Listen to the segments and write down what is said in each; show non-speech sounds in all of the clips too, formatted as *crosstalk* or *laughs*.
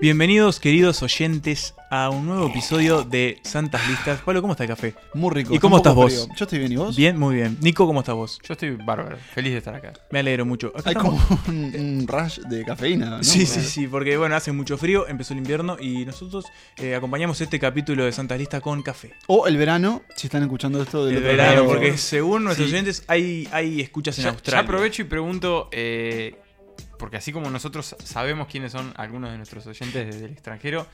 Bienvenidos, queridos oyentes, a un nuevo episodio de Santas Listas. Pablo, ¿cómo está el café? Muy rico. ¿Y cómo con estás poco vos? frío. Yo estoy bien, ¿y vos? Bien, muy bien. Nico, ¿cómo estás vos? Yo estoy bárbaro, feliz de estar acá. Me alegro mucho. Acá Hay estamos- como un, un rush de cafeína, ¿no? Sí, sí, sí, porque bueno, hace mucho frío, empezó el invierno y nosotros eh, acompañamos este capítulo de Santas Listas con café. O el verano, si están escuchando esto del El otro verano, lado. porque según nuestros Sí. oyentes hay, hay escuchas en Ya, ya Australia. aprovecho y pregunto, eh, porque así como nosotros sabemos quiénes son algunos de nuestros oyentes desde el extranjero,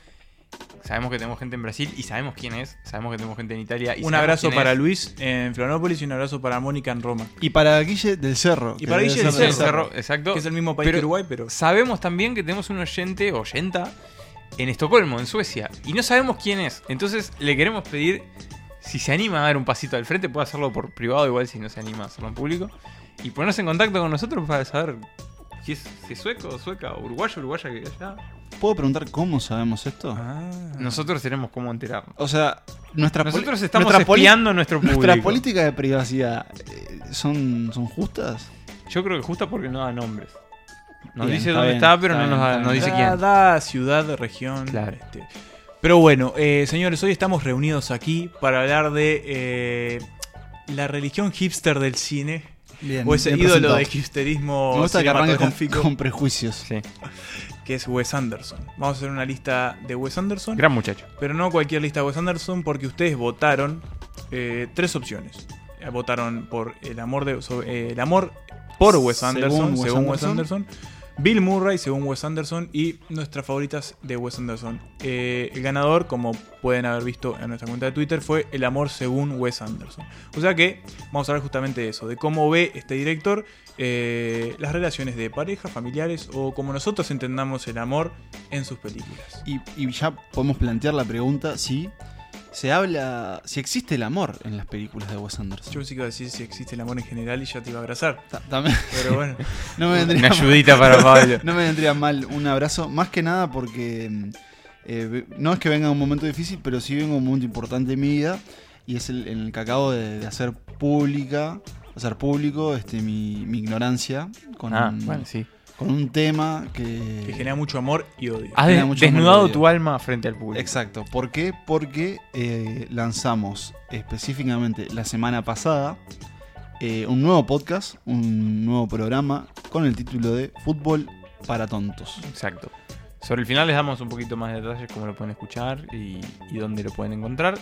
sabemos que tenemos gente en Brasil y sabemos quién es, sabemos que tenemos gente en Italia. Y Un sabemos abrazo quién para es. Luis en Florianópolis y un abrazo para Mónica en Roma. Y para Guille del Cerro. Y que para debe Guille del ser Luis Cerro, exacto. Que es el mismo país Pero- que Uruguay, pero. Sabemos también que tenemos un oyente, oyenta, en Estocolmo, en Suecia, y no sabemos quién es. Entonces le queremos pedir, si se anima a dar un pasito al frente, puede hacerlo por privado, igual si no se anima a hacerlo en público, y ponerse en contacto con nosotros para saber si es, si es sueco, sueca, uruguayo, uruguaya que allá. ¿Puedo preguntar cómo sabemos esto? Ah. Ah. Nosotros tenemos cómo enterarnos. O sea, nuestra poli- Nosotros estamos nuestra poli- espiando a nuestro público. Nuestra política de privacidad, eh, ¿son, son justas? Yo creo que justo porque no da nombres. Nos Bien, dice está dónde bien, está, pero está no nos da- bien, no está dice bien. quién. Cada ciudad, región. Claro. este. Pero bueno, eh, señores, hoy estamos reunidos aquí para hablar de eh, la religión hipster del cine. Bien. o ese bien ídolo presentado. de hipsterismo Me gusta que arranque con, cinematográfico con prejuicios. Sí. que es Wes Anderson. Vamos a hacer una lista de Wes Anderson. Gran muchacho. Pero no cualquier lista de Wes Anderson, porque ustedes votaron eh, tres opciones. Eh, Votaron por el amor de sobre- eh, el amor por Wes Según Anderson, según Wes Wes, Anderson. Anderson. Bill Murray, según Wes Anderson, y nuestras favoritas de Wes Anderson. Eh, el ganador, como pueden haber visto en nuestra cuenta de Twitter, fue El amor según Wes Anderson. O sea que vamos a hablar justamente de eso, de cómo ve este director eh, las relaciones de pareja, familiares o como nosotros entendamos el amor en sus películas. Y, y ya podemos plantear la pregunta si se habla, si existe el amor en las películas de Wes Anderson. Yo pensé que iba a decir si existe el amor en general y ya te iba a abrazar. Ta- también- *laughs* Pero bueno, no me vendría Una ayudita para Pablo. *laughs* No me vendría mal un abrazo, más que nada porque mm, eh, ve- no es que venga un momento difícil, pero sí venga un momento importante en mi vida y es el, en el que acabo de, de hacer pública, hacer público este, mi, mi ignorancia con, Ah, un, bueno, sí. con un tema que... que genera mucho amor y odio. Has Genera de- mucho desnudado amor tu alma frente al público. Exacto, ¿por qué? Porque eh, lanzamos específicamente la semana pasada eh, un nuevo podcast, un nuevo programa con el título de Fútbol para Tontos. Exacto. Sobre el final les damos un poquito más de detalles, cómo lo pueden escuchar y, y dónde lo pueden encontrar.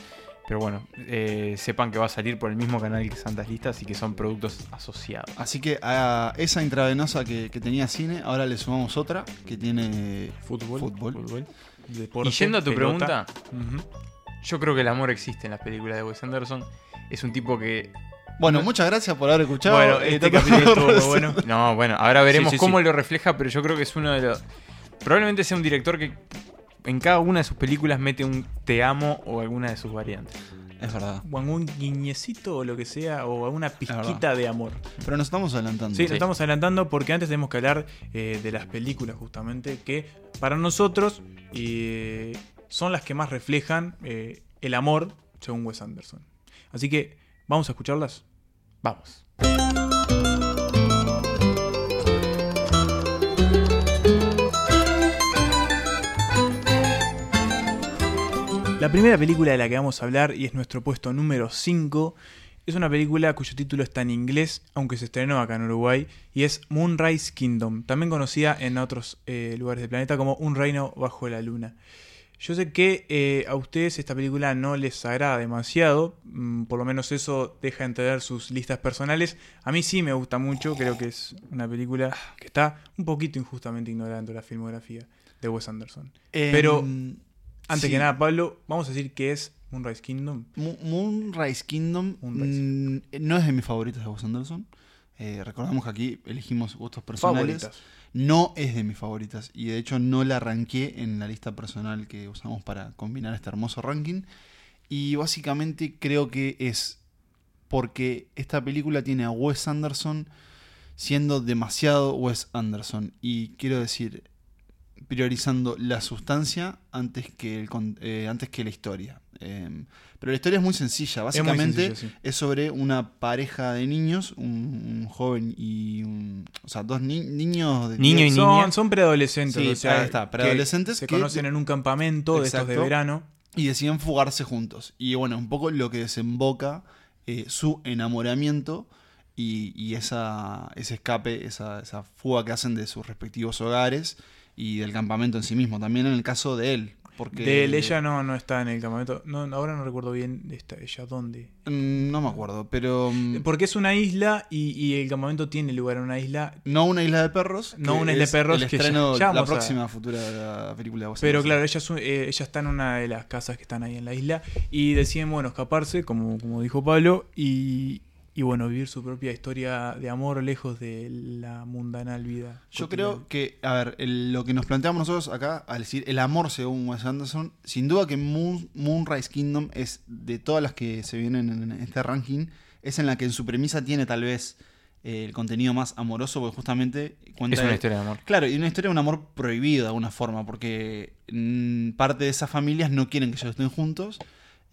Pero bueno, eh, sepan que va a salir por el mismo canal que Santas Listas y que son productos asociados. Así que a esa intravenosa que, que tenía cine, ahora le sumamos otra que tiene Fútbol, fútbol. deporte. y yendo a tu pelota. pregunta, Ujú. yo creo que el amor existe en las películas de Wes Anderson. Es un tipo que. Bueno, muchas gracias por haber escuchado. Bueno, Eh, este tanto- capítulo estuvo muy bueno. No, bueno, ahora veremos Sí, sí, cómo sí. lo refleja, pero yo creo que es uno de los. Probablemente sea un director que en cada una de sus películas mete un te amo o alguna de sus variantes. Es verdad. O algún guiñecito o lo que sea, o alguna pizquita verdad. de amor. Pero nos estamos adelantando. Sí, nos Sí. estamos adelantando porque antes tenemos que hablar eh, de las películas justamente que para nosotros eh, son las que más reflejan eh, el amor según Wes Anderson. Así que vamos a escucharlas. Vamos. La primera película de la que vamos a hablar, y es nuestro puesto número 5, es una película cuyo título está en inglés, aunque se estrenó acá en Uruguay, y es Moonrise Kingdom, también conocida en otros eh, lugares del planeta como Un Reino Bajo la Luna. Yo sé que eh, a ustedes esta película no les agrada demasiado, mm, por lo menos eso deja entender sus listas personales. A mí sí me gusta mucho, creo que es una película que está un poquito injustamente ignorando la filmografía de Wes Anderson. Eh, Pero, mm, Antes sí, que nada, Pablo, vamos a decir qué es Moonrise Kingdom. Mo- Moonrise Kingdom Moonrise. mm, no es de mis favoritos de Wes Anderson. Eh, recordamos que aquí elegimos gustos personales. Favoritas. No es de mis favoritas. Y de hecho no la arranqué en la lista personal que usamos para combinar este hermoso ranking. Y básicamente creo que es porque esta película tiene a Wes Anderson siendo demasiado Wes Anderson. Y quiero decir, priorizando la sustancia antes que, el, con- eh, antes que la historia. Eh, pero la historia es muy sencilla. Es muy Básicamente es, sencillo, sí. sobre una pareja de niños, un, un joven y un. O sea, dos ni- niños. De Niño y niña. Son, son preadolescentes. Sí, o sea, ahí está, que preadolescentes Se que- conocen en un campamento de estos de Exacto. verano. y deciden fugarse juntos. Y bueno, un poco lo que desemboca eh, su enamoramiento y, y esa, ese escape, esa, esa fuga que hacen de sus respectivos hogares y del campamento en sí mismo. También en el caso de él. Porque De él, ella no, no está en el campamento. No, no, ahora no recuerdo bien esta, ella dónde. Mm, No me acuerdo, pero. mm, Porque es una isla y, y el campamento tiene lugar en una isla. No una isla de perros. No que una isla de es perros, El que ya- estreno, ya la vamos a- próxima futura película. de Wes Pero Anderson. claro, ella, es un- eh, ella está en una de las casas que están ahí en la isla y deciden, bueno, escaparse, como, como dijo Pablo, y, y bueno, vivir su propia historia de amor lejos de la mundanal vida. Yo cotidiana. creo que, a ver, el- lo que nos planteamos nosotros acá, al decir el amor según Wes Anderson, sin duda que Moon- Moonrise Kingdom es de todas las que se vienen en este ranking, es en la que en su premisa tiene tal vez eh, el contenido más amoroso, porque justamente cuenta Es una historia de amor. Claro, y una historia de un amor prohibido de alguna forma, porque mm, parte de esas familias no quieren que ellos estén juntos.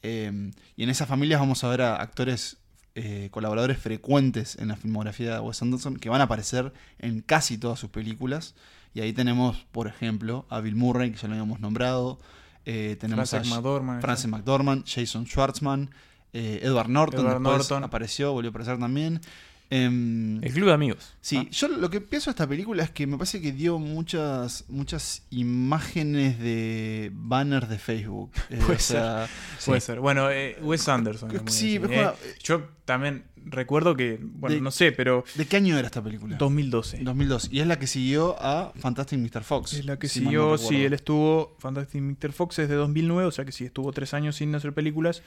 eh, y en esas familias vamos a ver a actores, eh, colaboradores frecuentes en la filmografía de Wes Anderson, que van a aparecer en casi todas sus películas. Y ahí tenemos, por ejemplo, a Bill Murray, que ya lo habíamos nombrado. eh, tenemos Frances a McDormand, Frances McDormand, Jason Schwartzman, eh, Edward Norton, Edward después Norton. apareció, volvió a aparecer también. Em, El club de amigos. Sí, ¿Ah? yo lo que pienso de esta película es que me parece que dio muchas, muchas imágenes de banners de *laughs* Facebook. Eh, Puede o sea, Puede sí. ser. Bueno, eh, Wes Anderson. Sí, como decís, pero eh. juega- Yo también recuerdo que, bueno, De- no sé, pero ¿De qué año era esta película? 2012. 2002. Y es la que siguió a Fantastic Mr. Fox. Es la que si mal no siguió, recuerdo. sí, él estuvo, Fantastic Mr. Fox es de 2009, o sea que sí, estuvo tres años sin hacer películas.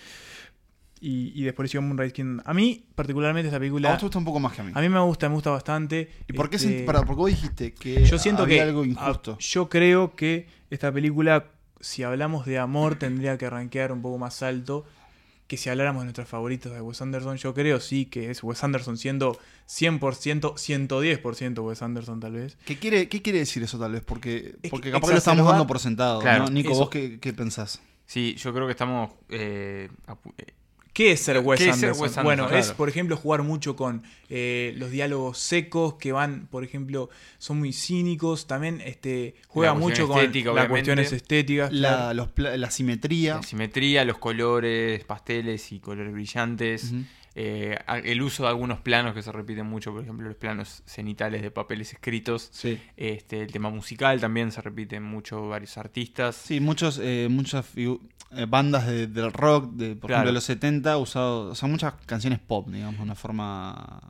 Y, y después hizo Moonrise Kingdom. A mí, particularmente, esta A película, vos te gusta un poco más que a mí. a mí me gusta, me gusta bastante. Ah, ¿Y por qué Este, sent- pará, porque vos dijiste que Yo siento había que, algo a- injusto? yo creo que esta película, si hablamos de amor, tendría que rankear un poco más alto que si habláramos de nuestras favoritas de Wes Anderson. Yo creo sí que es Wes Anderson siendo 100%, 110% Wes Anderson tal vez. ¿Qué, quiere, ¿Qué quiere decir eso tal vez? Porque, que porque capaz que lo estamos exacerbar- dando por sentado. Claro, ¿no? Nico, eso. ¿vos qué, qué pensás? Sí, yo creo que estamos. eh, apu- eh, ¿Qué es ser Wes, ¿Qué es Anderson? ser Wes Anderson? Bueno, es Claro. por ejemplo jugar mucho con eh, los diálogos secos que van, por ejemplo, son muy cínicos. También este, juega cuestión mucho estética, con las obviamente. cuestiones estéticas. La, claro. los pla- la simetría. la simetría, los colores, pasteles y colores brillantes. Ujú. eh, a- el uso de algunos planos que se repiten mucho, por ejemplo, los planos cenitales de papeles escritos. Sí. Este, el tema musical también se repiten mucho varios artistas. Sí, muchos, eh, muchas figu- eh, bandas de- del rock, de, por Claro. ejemplo, de los 70, usado, o sea, muchas canciones pop, digamos, de una forma...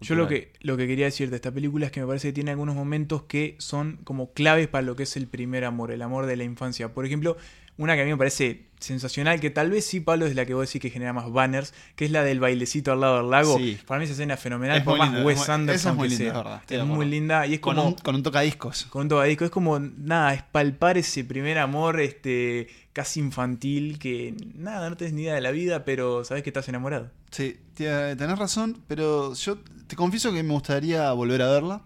Yo lo cultural. que, lo que quería decir de esta película es que me parece que tiene algunos momentos que son como claves para lo que es el primer amor, el amor de la infancia. Por ejemplo, una que a mí me parece sensacional, que tal vez sí, Pablo, es la que vos decís que genera más banners, que es la del bailecito al lado del lago. Sí. Para mí esa escena es fenomenal, Es por muy más linda, es Wes muy- esa es Anderson muy que linda, sea. es verdad, estoy de es muy acuerdo. linda y es Con como... un, con un tocadiscos. Con un tocadiscos, es como, nada, es palpar ese primer amor este casi infantil que, nada, no tenés ni idea de la vida, pero sabés que estás enamorado. Sí, te- tenés razón, pero yo te confieso que me gustaría volver a verla,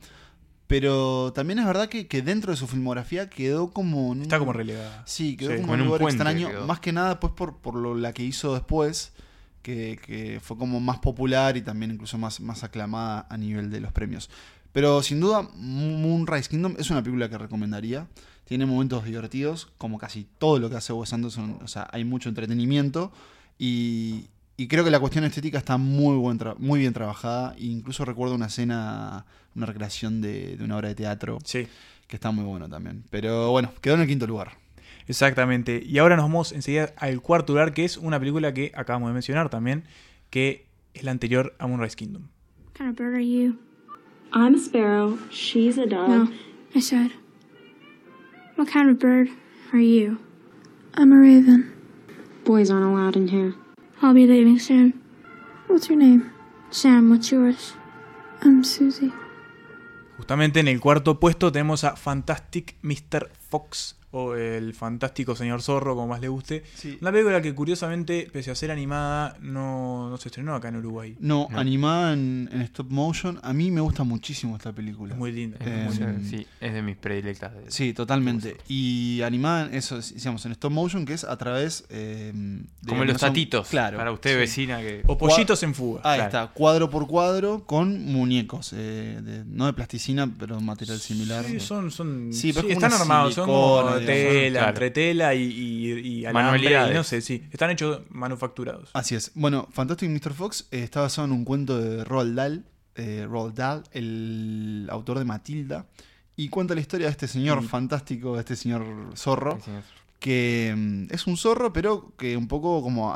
pero también es verdad que, que dentro de su filmografía quedó como... en un- Está como relegada. Sí, quedó Sí, como como un en un lugar puente extraño, quedó. más que nada pues por, por lo, la que hizo después, que, que fue como más popular y también incluso más, más aclamada a nivel de los premios. Pero sin duda, Moonrise Kingdom es una película que recomendaría. Tiene momentos divertidos, como casi todo lo que hace Wes Anderson. O sea, hay mucho entretenimiento. Y, y creo que la cuestión estética está muy, buen tra- muy bien trabajada. E incluso recuerdo una escena, una recreación de, de una obra de teatro, Sí. que está muy bueno también. Pero bueno, quedó en el quinto lugar. Exactamente. Y ahora nos vamos enseguida al cuarto lugar, que es una película que acabamos de mencionar también, que es la anterior a Moonrise Kingdom. What kind of bird are you? I'm a sparrow. She's a dove. No, I said. What kind of bird are you? I'm a raven. Boys aren't allowed in here. I'll be leaving soon. What's your name? Sam, what's yours? I'm Susie. Justamente en el cuarto puesto tenemos a Fantastic Mr. Fox, o El Fantástico Señor Zorro, como más le guste. Sí. Una película que curiosamente, pese a ser animada, no, no se estrenó acá en Uruguay. No, No. animada en, en stop motion. A mí me gusta muchísimo esta película. Es muy linda. Es Eh, muy- em, sí, es de mis predilectas. de- Sí, totalmente. Y animada, eso es- decíamos, en stop motion, que es a través eh, de Como los animación- tatitos. Claro. Para usted, sí. vecina, que. O Pollitos en Fuga. Ahí Claro. está, cuadro por cuadro con muñecos. eh, de- no de plasticina, pero material similar. Sí, son, son, Sí, pero sí, es como están una armados, son como silicona, digamos, tela, claro. entre tela y, y, y alambre, Manualidades. y no sé, sí. Están hechos manufacturados. Así es. Bueno, Fantastic Mr. Fox eh, está basado en un cuento de Roald Dahl, eh, Roald Dahl, el autor de Matilda, y cuenta la historia de este señor Mm. fantástico, de este señor zorro, Sí, es- que mm, es un zorro, pero que un poco como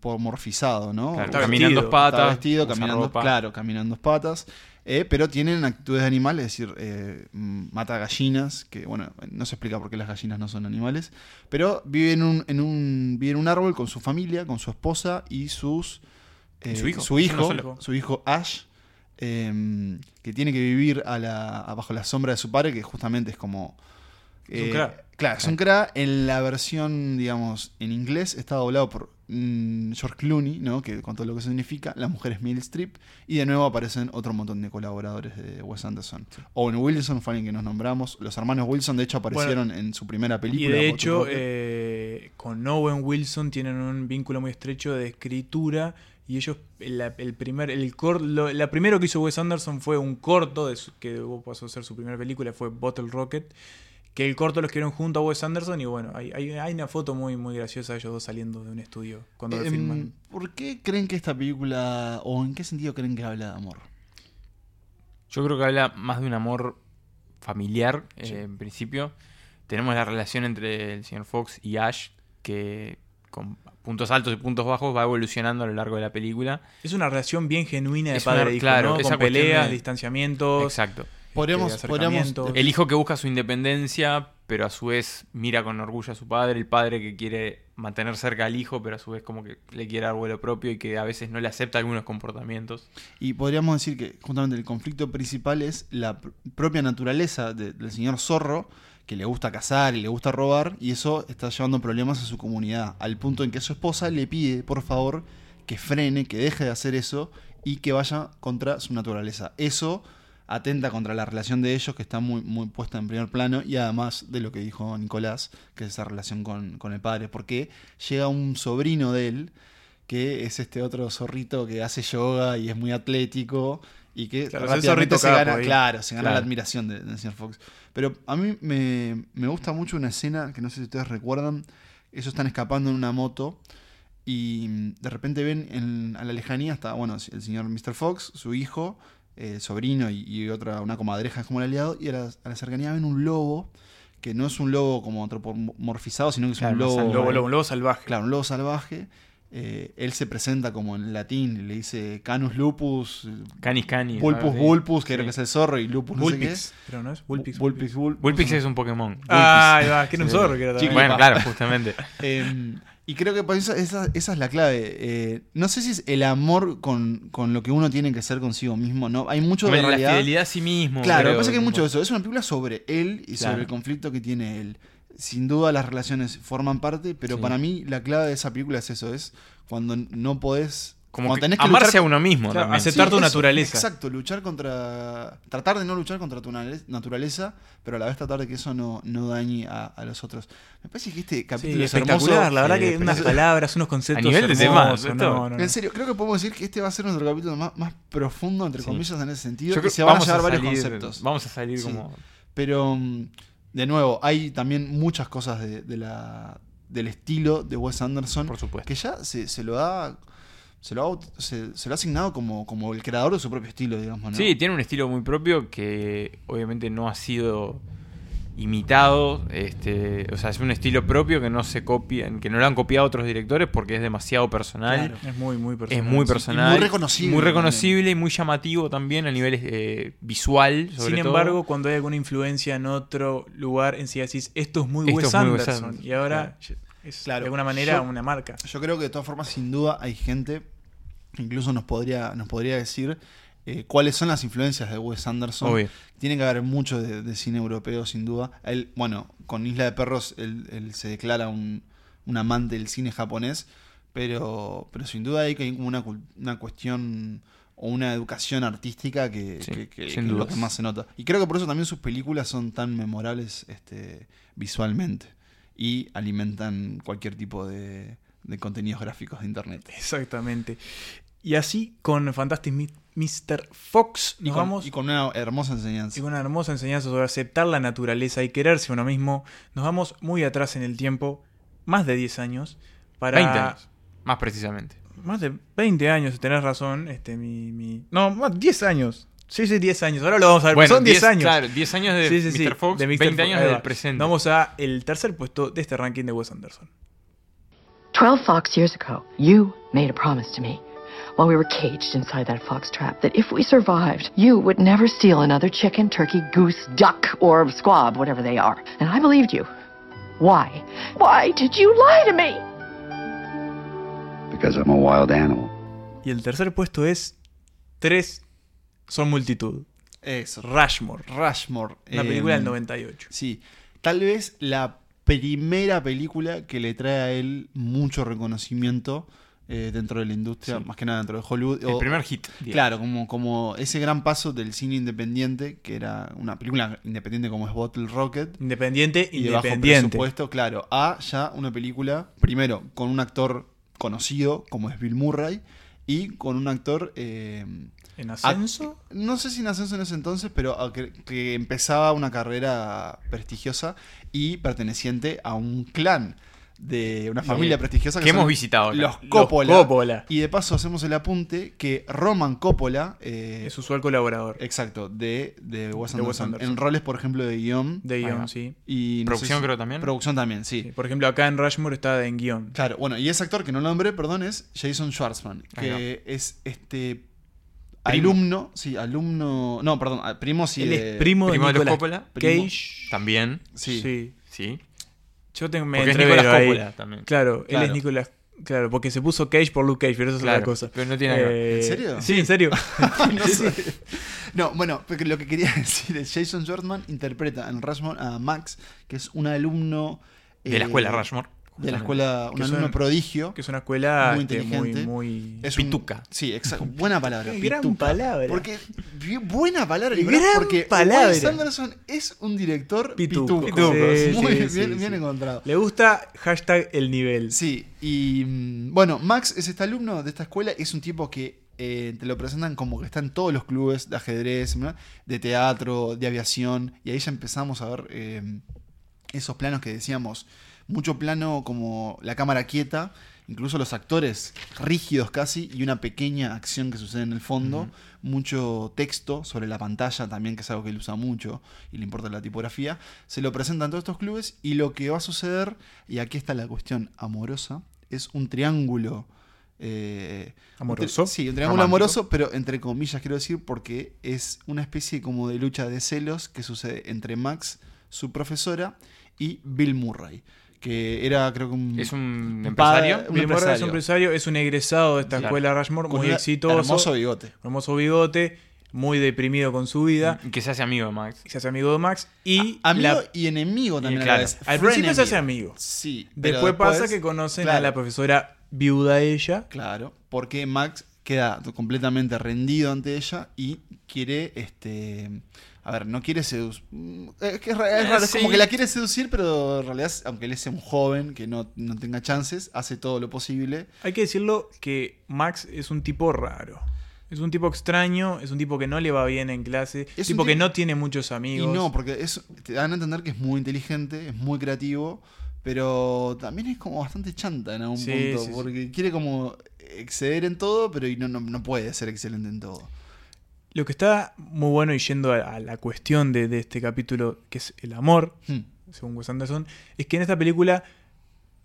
antropomorfizado, ¿no? claro, está caminando vestido, dos patas. Está vestido, usa caminando, ropa. claro, caminando dos patas. eh, pero tienen actitudes de animales, es decir, eh, mm, mata gallinas, que bueno, no se explica por qué las gallinas no son animales, pero vive en un, en un, vive en un árbol con su familia, con su esposa y sus, eh, su hijo, su uno hijo, solo. su hijo Ash, eh, que tiene que vivir a la, a- bajo la sombra de su padre, que justamente es como... Es un cra. Eh, Claro, es un cra. En la versión, digamos, en inglés está doblado por mm, George Clooney, ¿no? Que con todo lo que significa, la mujer es Meryl Streep. Y de nuevo aparecen otro montón de colaboradores de Wes Anderson. Owen Wilson fue alguien que nos nombramos. Los hermanos Wilson, de hecho, aparecieron en su primera película. Y de Bottle hecho, Rocket. eh, con Owen Wilson tienen un vínculo muy estrecho de escritura. Y ellos, la, el primer, el cor- lo- la primero que hizo Wes Anderson fue un corto, de su- que luego pasó a ser su primera película, fue Bottle Rocket. Que el corto lo escribieron junto a Wes Anderson. Y bueno, hay, hay, hay una foto muy, muy graciosa de ellos dos saliendo de un estudio cuando lo Em, filman. ¿Por qué creen que esta película, o en qué sentido creen que habla de amor? Este, Yo creo que habla más de un amor familiar, eh, en principio. Tenemos la relación entre el señor Fox y Ash, que con puntos altos y puntos bajos va evolucionando a lo largo de la película. Es una relación bien genuina de Es padre una- e hijo, claro, ¿no? esa Con cuestión peleas, de- distanciamientos. Exacto. Podríamos, podríamos eh, acercamientos. El hijo que busca su independencia, pero a su vez mira con orgullo a su padre. El padre que quiere mantener cerca al hijo, pero a su vez como que le quiere dar vuelo propio y que a veces no le acepta algunos comportamientos. Y podríamos decir que justamente el conflicto principal es la pr- propia naturaleza de- del señor Zorro, que le gusta cazar y le gusta robar, y eso está llevando problemas a su comunidad, al punto en que su esposa le pide, por favor, que frene, que deje de hacer eso y que vaya contra su naturaleza. Eso atenta contra la relación de ellos, que está muy, muy puesta en primer plano, y además de lo que dijo Nicolás, que es esa relación con, con el padre, porque llega un sobrino de él, que es este otro zorrito que hace yoga y es muy atlético y que Claro, es el rápidamente zorrito se capo gana, ahí. claro, se gana Claro. la admiración de- del señor Fox. Pero a mí me, me gusta mucho una escena que no sé si ustedes recuerdan. Ellos están escapando en una moto y mm, de repente ven en- a la lejanía está, bueno, el señor Mr. Fox, su hijo, eh, sobrino y, y otra, una comadreja es como el aliado, y a la, a la cercanía ven un lobo, que no es un lobo como antropomorfizado, sino que es Claro, un más lobo, al Lobo, lobo, un lobo salvaje. Claro, un lobo salvaje. Eh, él se presenta como en latín, y le dice Canus lupus, Canis canis. Vulpus ¿sabes? Sí. vulpus, que Sí. creo que es el zorro, y lupus no sé qué Vulpix. es. Pero no es Vulpix. Vulpix, vul- Vulpix es un Pokémon. Ah, ahí va, que era un Sí. zorro que era Chicle. también. Bueno, claro, justamente. Eh, y creo que por eso esa, esa es la clave. Eh, no sé si es el amor con, con lo que uno tiene que ser consigo mismo, ¿no? Hay mucho de Como la realidad. fidelidad a sí mismo. Claro, lo que creo, pasa es que hay como- mucho de eso. Es una película sobre él y Claro. sobre el conflicto que tiene él. Sin duda las relaciones forman parte, pero Sí. para mí la clave de esa película es eso, es cuando no podés... Como cuando que tenés que amarse luchar- a uno mismo. Claro, también. aceptar tu eso, naturaleza. Exacto, luchar contra. Tratar de no luchar contra tu nale- naturaleza, pero a la vez tratar de que eso no, no dañe a, a los otros. Me parece que este Sí, capítulo es hermoso. espectacular, la verdad Sí, que unas espectacular. palabras, unos conceptos A nivel de hermosos, temas, esto. no, no, no. En serio, creo que podemos decir que este va a ser nuestro capítulo más, más profundo, entre Sí. comillas, en ese Yo sentido. creo Que que se van a vamos llevar varios salir- conceptos. Vamos a salir Sí. como. Pero, mm, de nuevo, hay también muchas cosas de, de la, del estilo de Wes Anderson. Por supuesto. que ya se, se lo ha. Se lo ha, aut- se, se lo ha asignado como, como el creador de su propio estilo, digamos, ¿no? Sí, tiene un estilo muy propio que obviamente no ha sido imitado. Este, o sea, es un estilo propio que no se copia, que no lo han copiado otros directores porque es demasiado personal. Claro. Es muy, muy Es personal. muy sí. personal. muy reconocible Muy reconocible y muy llamativo también a nivel eh, visual. sobre Sin todo. embargo, cuando hay alguna influencia en otro lugar, en sí decís, esto es muy Esto Wes es muy Wes Anderson. Anderson, Y ahora es Claro, de alguna manera yo- una marca. Yo creo que de todas formas, sin duda, hay gente, incluso nos podría, nos podría decir, eh, cuáles son las influencias de Wes Anderson. Obvio. Tiene que haber mucho de, de cine europeo, sin duda. Él, bueno, con Isla de Perros él, él se declara un, un amante del cine japonés, pero, pero sin duda hay que hay como una, cul- una cuestión o una educación artística que, Sí, que- que- sin que es lo dudas. que más se nota. Y creo que por eso también sus películas son tan memorables este, visualmente y alimentan cualquier tipo de, de contenidos gráficos de internet. Exactamente. Y así con Fantastic Mi- Mr. Fox nos y, con, vamos y con una hermosa enseñanza. y con una hermosa enseñanza sobre aceptar la naturaleza y quererse uno mismo. Nos vamos muy atrás en el tiempo, más de 10 años, para 20 años, más precisamente. Más de 20 años, tenés razón. Este, mi, mi... No, más 10 años. Sí, sí, 10 años. Ahora lo vamos a ver. son 10 años. Claro, 10 años de Sí, sí, sí, Mr. Fox, de Mr. 20 Fox. años Ahí va. del presente. Vamos a el tercer puesto de este ranking de Wes Anderson. 12 fox years ago, you made a promise to me while we were caged inside that fox trap that if we survived, you would never steal another chicken, turkey, goose, duck, or squab, whatever they are. And I believed you. Why? Why did you lie to me? because I'm a wild animal. Y el tercer puesto es tres son multitud. Es Rushmore, Rushmore. una Em. eh, película del 98. Sí, tal vez la primera película que le trae a él mucho reconocimiento eh, dentro de la industria, más que nada dentro de Hollywood. El o- primer hit. digamos. Claro, como, como ese gran paso del cine independiente, que era una película independiente como es Bottle Rocket, Independiente, y de bajo independiente. presupuesto, claro, a ya una película, primero, con un actor conocido como es Bill Murray, y con un actor... eh, ¿En ascenso? a- no sé si en ascenso en ese entonces, pero a que, que empezaba una carrera prestigiosa y perteneciente a un clan de una familia Sí. prestigiosa Que son hemos visitado acá. Los Los Coppola. Coppola. Y de paso hacemos el apunte que Roman Coppola, eh, Es usual colaborador. exacto, de, de Wes De Wes Anderson, Anderson. en roles, por ejemplo, de guión. De va. guión, sí. y no sé Producción creo también. Producción también, sí. Sí, Por ejemplo, acá en Rushmore está en guión. Claro, bueno, y ese actor que no nombré, perdón, es Jason Schwartzman, Ahí va. que es este Primo. alumno, sí, alumno, no, perdón, a- primo sí Él de- es primo, Primo de de los Nicolas Coppola. Primo. Cage. También, sí. sí. sí. Yo tengo, me Porque es entrevero Nicolás ahí. Coppola también. Claro, él es Claro. Nicolás. Claro, porque se puso Cage por Luke Cage, pero eso es Claro, otra cosa. pero no tiene nada que Eh, ¿En serio? Sí, en *laughs* serio. *laughs* no, sé. No, bueno, porque lo que quería *laughs* decir es Jason Schwartzman interpreta en Rushmore a Max, que es un alumno De la eh, escuela Rushmore. de la escuela, un Que alumno son- prodigio. que es una escuela Muy este, muy, inteligente. muy- Es un- Pituca. sí, *laughs* exacto. Buena palabra. Qué gran pituca. palabra. Porque, bi- buena palabra, Gran Nicolás, porque palabra. Wes Anderson es un director Pituco. pituco. Pituco, sí, Muy sí, bien, sí, bien sí. encontrado. Le gusta hashtag el nivel. Sí, y mm, bueno, Max es este alumno de esta escuela, es un tipo que eh, te lo presentan como que está en todos los clubes de ajedrez, ¿no? de teatro, de aviación, y ahí ya empezamos a ver eh, esos planos que decíamos, mucho plano como la cámara quieta, incluso los actores rígidos casi, y una pequeña acción que sucede en el fondo, mucho texto sobre la pantalla también, que es algo que él usa mucho y le importa la tipografía, se lo presentan todos estos clubes y lo que va a suceder, y aquí está la cuestión amorosa, es un triángulo. eh, Amoroso. un tri- sí, un triángulo Romántico. amoroso, pero entre comillas quiero decir, porque es una especie como de lucha de celos que sucede entre Max, su profesora, y Bill Murray, que era creo que un... Es un un empresario. padre- un Bill Murray es un empresario. empresario, es un egresado de esta Claro. escuela Rushmore, Con muy un exitoso. Hermoso bigote. hermoso bigote, muy deprimido con su vida. Que se hace amigo de Max. Se hace amigo de Max y Amigo la- y enemigo también. a la claro. vez. al principio se hace Frenemy. amigo. Sí. pero Después pasa después- que conocen a claro. la profesora viuda de ella. Claro, porque Max queda completamente rendido ante ella y quiere, este, a ver, no quiere seducir, es, que es ra- es Eh, raro, es como sí. que la quiere seducir, pero en realidad, aunque él sea un joven que no, no tenga chances, hace todo lo posible. Hay que decirlo que Max es un tipo raro. Es un tipo extraño, es un tipo que no le va bien en clase, Es tipo un que tipo- no tiene muchos amigos. Y no, porque es, te dan a entender que es muy inteligente, es muy creativo, pero también es como bastante chanta en algún Sí, punto, sí, sí. porque quiere como exceder en todo, pero y no, no, no puede ser excelente en todo. Lo que está muy bueno y yendo a, a la cuestión de, de este capítulo, que es el amor, Hmm. según Wes Anderson, es que en esta película,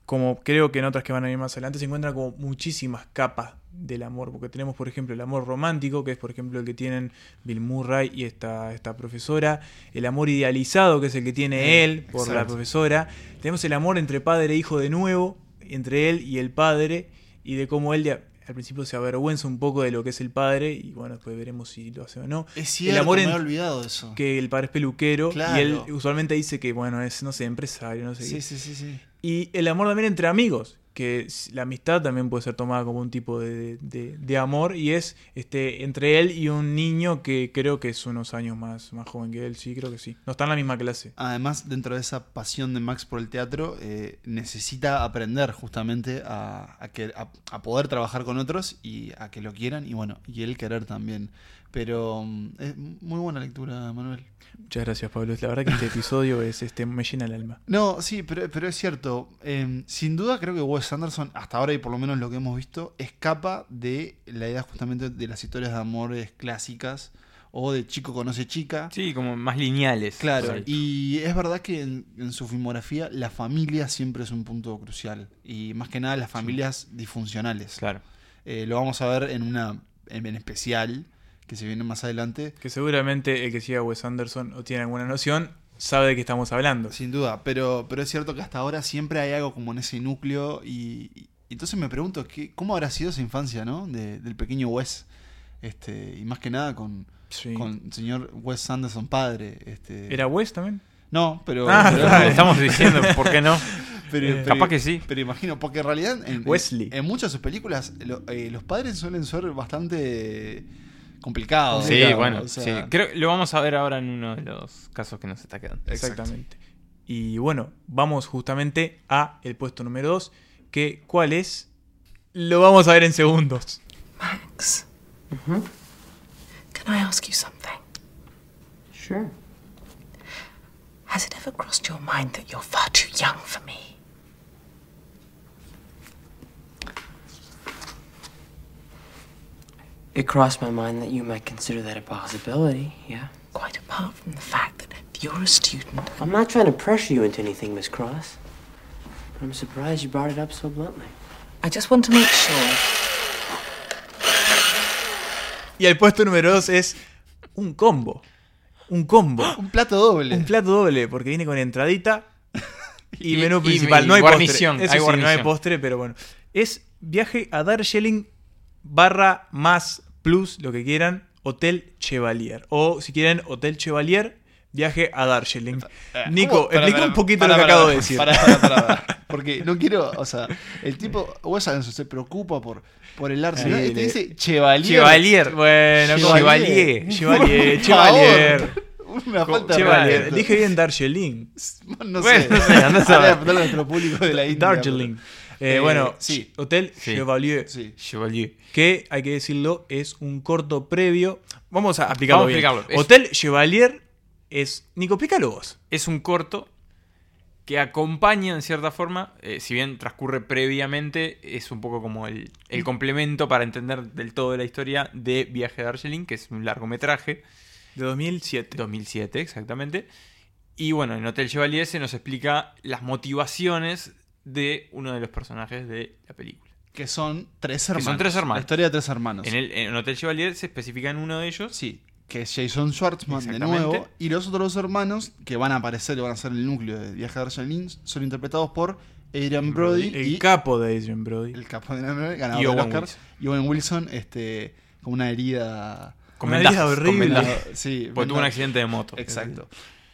como creo que en otras que van a venir más adelante, se encuentran como muchísimas capas del amor. Porque tenemos, por ejemplo, el amor romántico, que es, por ejemplo, el que tienen Bill Murray y esta, esta profesora. El amor idealizado, que es el que tiene Eh, él por la exacto. profesora. Tenemos el amor entre padre e hijo de nuevo, entre él y el padre, y de cómo él de a- al principio se avergüenza un poco de lo que es el padre y bueno, después veremos si lo hace o no. Es cierto, amor me en- había olvidado eso. Que el padre es peluquero Claro. y él usualmente dice que bueno, es, no sé, empresario, no sé qué. Sí, sí, sí, sí. Y el amor también entre amigos, que s- la amistad también puede ser tomada como un tipo de, de- de amor, y es este entre él y un niño que creo que es unos años más, más joven que él, sí, creo que sí. No está en la misma clase. Además, dentro de esa pasión de Max por el teatro, eh, necesita aprender justamente a, a que, a- a poder trabajar con otros y a que lo quieran y bueno, y él querer también. Pero mm, es muy buena lectura, Manuel. Muchas gracias, Pablo. La verdad que este episodio es este me llena el alma. No, sí, pero, pero es cierto. Eh, sin duda creo que Wes Anderson, hasta ahora y por lo menos lo que hemos visto, escapa de la idea justamente de las historias de amores clásicas o de chico conoce chica. Sí, como más lineales. Claro, por ahí. y es verdad que en, en su filmografía la familia siempre es un punto crucial. Y más que nada las familias disfuncionales. *laughs* Claro. Eh, lo vamos a ver en una en, en especial que se viene más adelante. Que seguramente el que siga a Wes Anderson o tiene alguna noción sabe de qué estamos hablando. Sin duda, pero, pero es cierto que hasta ahora siempre hay algo como en ese núcleo y, y- entonces me pregunto ¿qué, cómo habrá sido esa infancia, ¿no? De- del pequeño Wes. Este, y más que nada con, Sí. con el señor Wes Anderson padre. Este. ¿Era Wes también? No, pero, Ah, pero- *laughs* claro. Estamos diciendo, ¿por *laughs* qué no? pero- Eh, Capaz pero- que sí. Pero imagino, porque en realidad en, Wesley. en, muchas de sus películas lo- eh, los padres suelen ser bastante complicados. Sí, digamos, bueno. o sea, sí. Creo lo vamos a ver ahora en uno de los casos que nos está quedando. Exacto. Exactamente. Y bueno, vamos justamente a el puesto número 2, que ¿cuál es? Lo vamos a ver en segundos. Max. Can I ask you something? Sure. Has it ever crossed your mind that you're far too young for me? It crossed my mind that you might consider that a possibility, yeah? Quite apart from the fact that you're a student. I'm not trying to pressure you into anything, Miss Cross. I'm surprised you brought it up so bluntly. I just want to make sure. Y el puesto número 2 es un combo. Un *gasps* combo. Un plato doble. Un plato doble, porque viene con *laughs* entradita y, Y- menú y- principal. y no hay guarnición, postre. Eso hay sí, no hay guarnición. postre, pero bueno. Es viaje a Darjeeling barra más plus, lo que quieran, Hotel Chevalier. O si quieren, Hotel Chevalier, viaje a Eh, Darjeeling. Ah, Nico, ¿Cómo? Pará, explica pará, un poquito pará, lo que pará, acabo de pará, decir. pará, pará, pará, *laughs* pará. Porque no quiero, o sea, el tipo, Wes Anderson se preocupa por, por el Arsenal. Sí, y te le- dice Chevalier. Chevalier. Bueno, Chevalier. Chevalier. Chevalier, Por Chevalier. favor. Una falta de Chevalier. respeto. Dije bien Darjeeling. No sé. Bueno, no sé, andá a saber. Ahora voy a preguntarle a nuestro *laughs* público de la India. Darjeeling. Eh, Eh, bueno, sí. Hotel Sí. Chevalier. Sí. Chevalier. que hay que decirlo, es un corto previo. Vamos a aplicarlo. Vamos a bien. explicarlo. Es- Hotel Chevalier es. Nico, explícalo vos. Es un corto que acompaña en cierta forma, eh, si bien transcurre previamente, es un poco como el, el complemento para entender del todo la historia de Viaje de Argelin, que es un largometraje. De 2007. 2007, exactamente. Y bueno, en Hotel Chevalier se nos explica las motivaciones de uno de los personajes de la película. Que son tres hermanos. tres hermanos. La historia de tres hermanos. En, el, en Hotel Chevalier se especifica en uno de ellos. Sí. Que es Jason Schwartzman de Exactamente. nuevo. Y los otros dos hermanos que van a aparecer y van a ser el núcleo de Viaje a Darjeeling son interpretados por Adrian Brody El y capo de Adrian Brody. el capo de Nobel, ganador Y del Owen Oscar. Wilson. Y Owen Wilson, este, con una herida. Con Una vendajes, herida con horrible. *laughs* vendajes. Una- sí, Porque tuvo un una- accidente de moto. Exacto.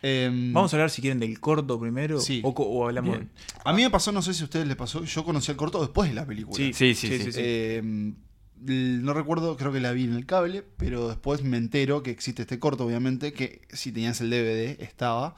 Em, Vamos a hablar si quieren del corto primero. Sí. O, co- o hablamos. Bien. a mí me pasó, no sé si a ustedes les pasó, yo conocí el corto después de la película. Sí, sí, sí. Em, l- no recuerdo, creo que la vi en el cable, pero después me entero que existe este corto, obviamente, que si tenías el DVD estaba,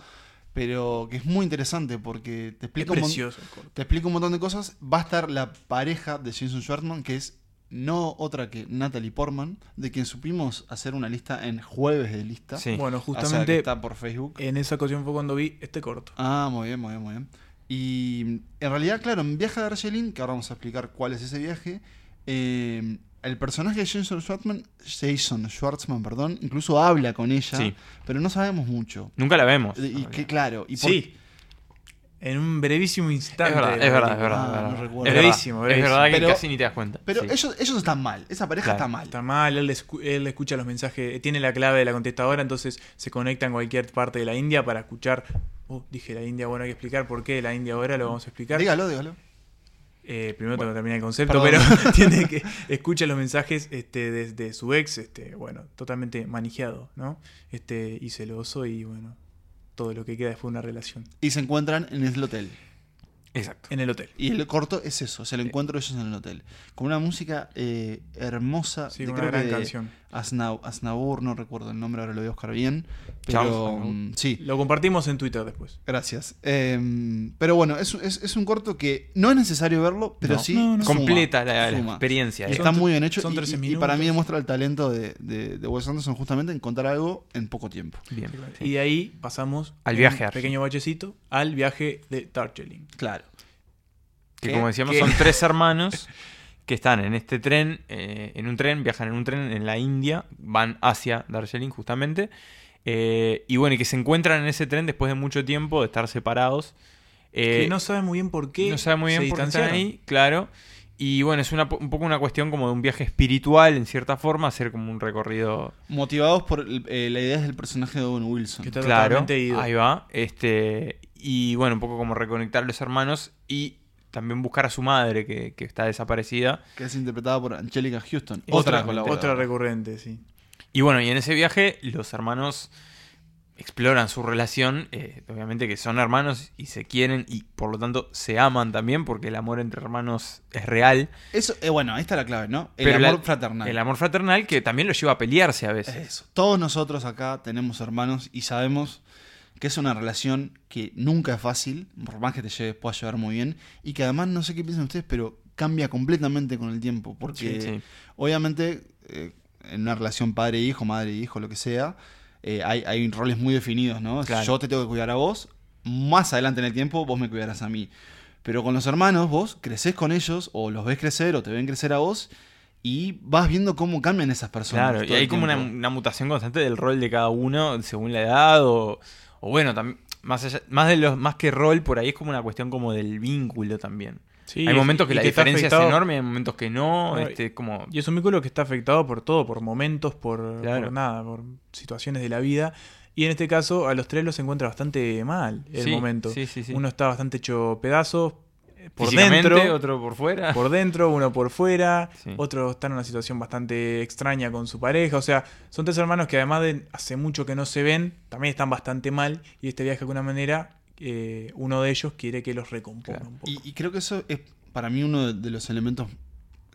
pero que es muy interesante porque te Es explica un mon- precioso el corto. Te explico un montón de cosas. Va a estar la pareja de Jason Schwartzman, que es no otra que Natalie Portman, de quien supimos hacer una lista en jueves de lista. Sí. Bueno, O sea, que justamente está por Facebook. en esa ocasión fue cuando vi este corto. Ah, muy bien, muy bien, muy bien. Y en realidad, claro, en Viaje a Darjeeling, que ahora vamos a explicar cuál es ese viaje, eh, el personaje de Jason Schwartzman, Jason Schwartzman, perdón, incluso habla con ella, Sí. pero no sabemos mucho. Nunca la vemos. Y que claro, y por- Sí. En un brevísimo instante. Es verdad, de la es verdad, es película. verdad. Ah, es no verdad. recuerdo. es verdad. Brevísimo, Es brevísimo. verdad que Pero- casi ni te das cuenta. Pero Sí. ellos, ellos están mal, esa pareja Claro, está mal. Está mal, él, escu- él escucha los mensajes, tiene la clave de la contestadora, entonces se conecta en cualquier parte de la India para escuchar. Oh, dije la India, bueno, hay que explicar por qué la India ahora, lo vamos a explicar. Dígalo, dígalo. Eh, primero tengo que terminar el concepto, Perdón. pero *laughs* tiene que escucha los mensajes este, desde su ex, este, bueno, totalmente manijeado, ¿no? Este, y celoso y bueno, todo lo que queda después de una relación. Y se encuentran en el hotel. Exacto. En el hotel. Y el corto es eso, se lo encuentro ellos en el hotel. Con una música eh, hermosa. Sí, de- con creo una gran que de canción. Aznau- Aznavour, no recuerdo el nombre, ahora lo voy a buscar bien. Charles Pero, Aznavour. mm, sí, Lo compartimos en Twitter después. gracias. Eh, pero bueno, es, es- es un corto que no es necesario verlo, pero No. sí No, no. suma, Completa la, la suma. experiencia. Y eh. está tre- muy bien hecho. son y- 13 y, y minutos. para mí demuestra el talento de, de- de Wes Anderson justamente en contar algo en poco tiempo. Bien. sí. Y de ahí pasamos Al en viaje un a Argel. pequeño bachecito al viaje de Darjeeling. Claro. Que ¿Qué? como decíamos, ¿Qué? son tres hermanos que están en este tren, eh, en un tren, viajan en un tren en la India, van hacia Darjeeling justamente. eh, y bueno, y que se encuentran en ese tren después de mucho tiempo de estar separados. Eh, que no sabe muy bien por qué. no sabe muy se bien por qué están distanciaron. ahí, claro. Y bueno, es una po- un poco una cuestión como de un viaje espiritual, en cierta forma, hacer como un recorrido Motivados por eh, la idea del personaje de Owen Wilson. Que está claro, totalmente ido. Ahí va. Este, y bueno, un poco como reconectar a los hermanos y también buscar a su madre que, que está desaparecida. Que es interpretada por Angelica Houston. Otra, Otra colaboradora. otra recurrente, sí. Y bueno, y en ese viaje los hermanos exploran su relación, eh, obviamente que son hermanos y se quieren y por lo tanto se aman también porque el amor entre hermanos es real. Eso, eh, bueno, ahí está la clave, ¿no? El Pero la- amor fraternal. El amor fraternal que también los lleva a pelearse a Es veces. eso. Todos nosotros acá tenemos hermanos y sabemos que es una relación que nunca es fácil, por más que te lleves, pueda llevar muy bien, y que además, no sé qué piensan ustedes, pero cambia completamente con el tiempo, porque Sí, sí. obviamente eh, en una relación padre-hijo, madre-hijo, lo que sea, eh, hay, hay roles muy definidos, ¿no? Claro. Yo te tengo que cuidar a vos, más adelante en el tiempo vos me cuidarás a mí. Pero con los hermanos vos creces con ellos, o los ves crecer, o te ven crecer a vos, y vas viendo cómo cambian esas personas. Claro, y todo el hay como una, tiempo. una mutación constante del rol de cada uno según la edad o, o bueno, también más allá, más de los más que rol por ahí es como una cuestión como del vínculo también. Sí, hay momentos que y la está diferencia es afectado- enorme, hay momentos que no, No, este como Y es un vínculo que está afectado por todo, por momentos, por, Claro. por nada, por situaciones de la vida. Y en este caso, a los tres los encuentra bastante mal el Sí, momento. sí, sí, sí. Uno está bastante hecho pedazos eh, por físicamente, dentro, otro por *laughs* fuera. por dentro, uno por fuera, Sí. otro está en una situación bastante extraña con su pareja. O sea, son tres hermanos que además de hace mucho que no se ven, también están bastante mal. Y este viaje, de alguna manera, eh, uno de ellos quiere que los recomponga Claro. un poco. Y, y creo que eso es para mí uno de, de los elementos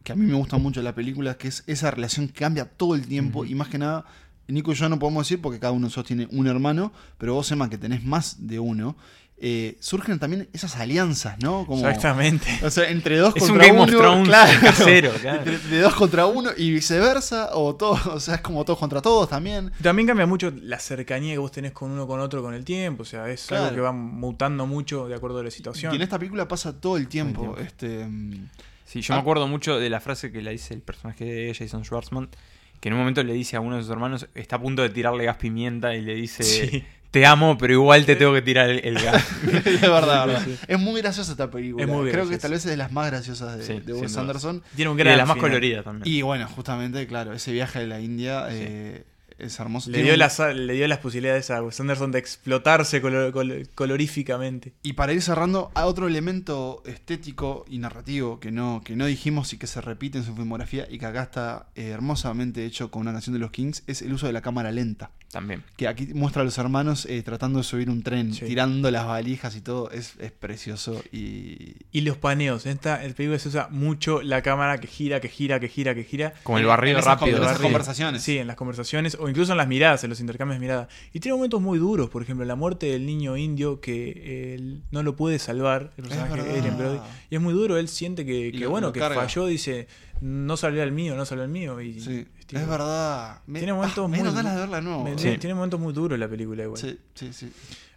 que a mí me gusta mucho de la película, que es esa relación que cambia todo el tiempo y más que nada, Nico y yo no podemos decir porque cada uno de nosotros tiene un hermano, pero vos, Emma, que tenés más de uno, eh, surgen también esas alianzas, ¿no? Como, Exactamente. *laughs* O sea, entre dos *laughs* es un contra Game uno, of Thrones claro. *laughs* casero, *laughs* claro. Entre- de dos contra uno y viceversa, o todos, *laughs* o sea, es como todos contra todos también. También cambia mucho la cercanía que vos tenés con uno con otro con el tiempo, o sea, es algo Claro. que va mutando mucho de acuerdo a la situación. Y en este esta película pasa todo el tiempo. Este, mm, Sí, yo me acuerdo mucho de la frase que le dice el personaje de Jason Schwartzman, que en un momento le dice a uno de sus hermanos, está a punto de tirarle gas pimienta y le dice, Sí. te amo, pero igual te tengo que tirar el, el gas. *laughs* *laughs* es verdad, verdad. Es muy graciosa esta película. Es muy Creo que graciosa. tal vez es de las más graciosas de, Sí, de sin Wes duda. Anderson. Tiene un y gran de las más final. coloridas también. Y bueno, justamente, claro, ese viaje de la India eh, es hermoso. Le Tiene dio, un- las, le dio las posibilidades a Wes Anderson de explotarse colo- col- coloríficamente. Y para ir cerrando, a otro elemento estético y narrativo que no, que no dijimos y que se repite en su filmografía y que acá está eh, hermosamente hecho con una canción de los Kings es el uso de la cámara lenta. También. Que aquí muestra a los hermanos eh, tratando de subir un tren, Sí. tirando las valijas y todo. Es, es precioso y, Y los paneos, en esta el película se usa mucho la cámara que gira, que gira, que gira, que gira. Como el En- barrido en esas con- rápido. en esas Barrido. conversaciones. Sí, en las conversaciones o incluso en las miradas, en los intercambios de miradas. Y tiene momentos muy duros, por ejemplo, la muerte del niño indio que él no lo puede salvar, el personaje de verdad. Adrien Brody. Y es muy duro, él siente que, que lo- bueno, lo que carga. falló, dice, no salió el mío, no salió el mío. Y, Sí, tipo, es verdad. Me- Tiene momentos ah, me muy. dieron ganas de verla de nuevo. me- pues. Sí. Tiene momentos muy duros la película igual. Sí, sí, sí.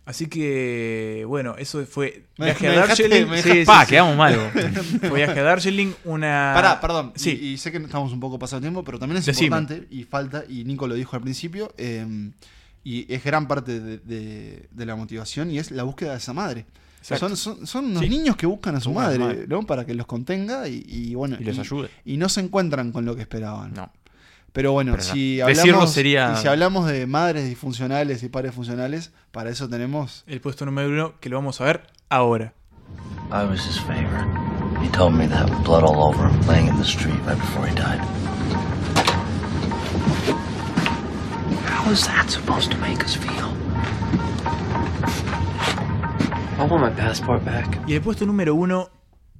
Así que, bueno, eso fue Me- Viaje me a dejaste- Darjeeling. me Sí, dejaste- sí, pa, sí. quedamos malos. *laughs* Fue Viaje a Darjeeling, una. Pará, perdón. Ah, Sí. Y, y sé que estamos un poco pasado de tiempo, pero también es Decime. importante y falta, y Nico lo dijo al principio, eh, y es gran parte de, de- de la motivación y es la búsqueda de esa madre. Exacto. Son, son, son unos Sí. niños que buscan a su Buscan a su madre, madre. ¿no? Para que los contenga y, y bueno. Y los ayude. Y no se encuentran con lo que esperaban. No. Pero bueno, Pero no. si, Decirlo hablamos, sería- y si hablamos de madres disfuncionales y padres funcionales, para eso tenemos El puesto número uno que lo vamos a ver ahora. I was his favorite. He told me to have blood all over him laying in the street right before he died. How is that supposed to make us feel? I want my passport back. Y el puesto número uno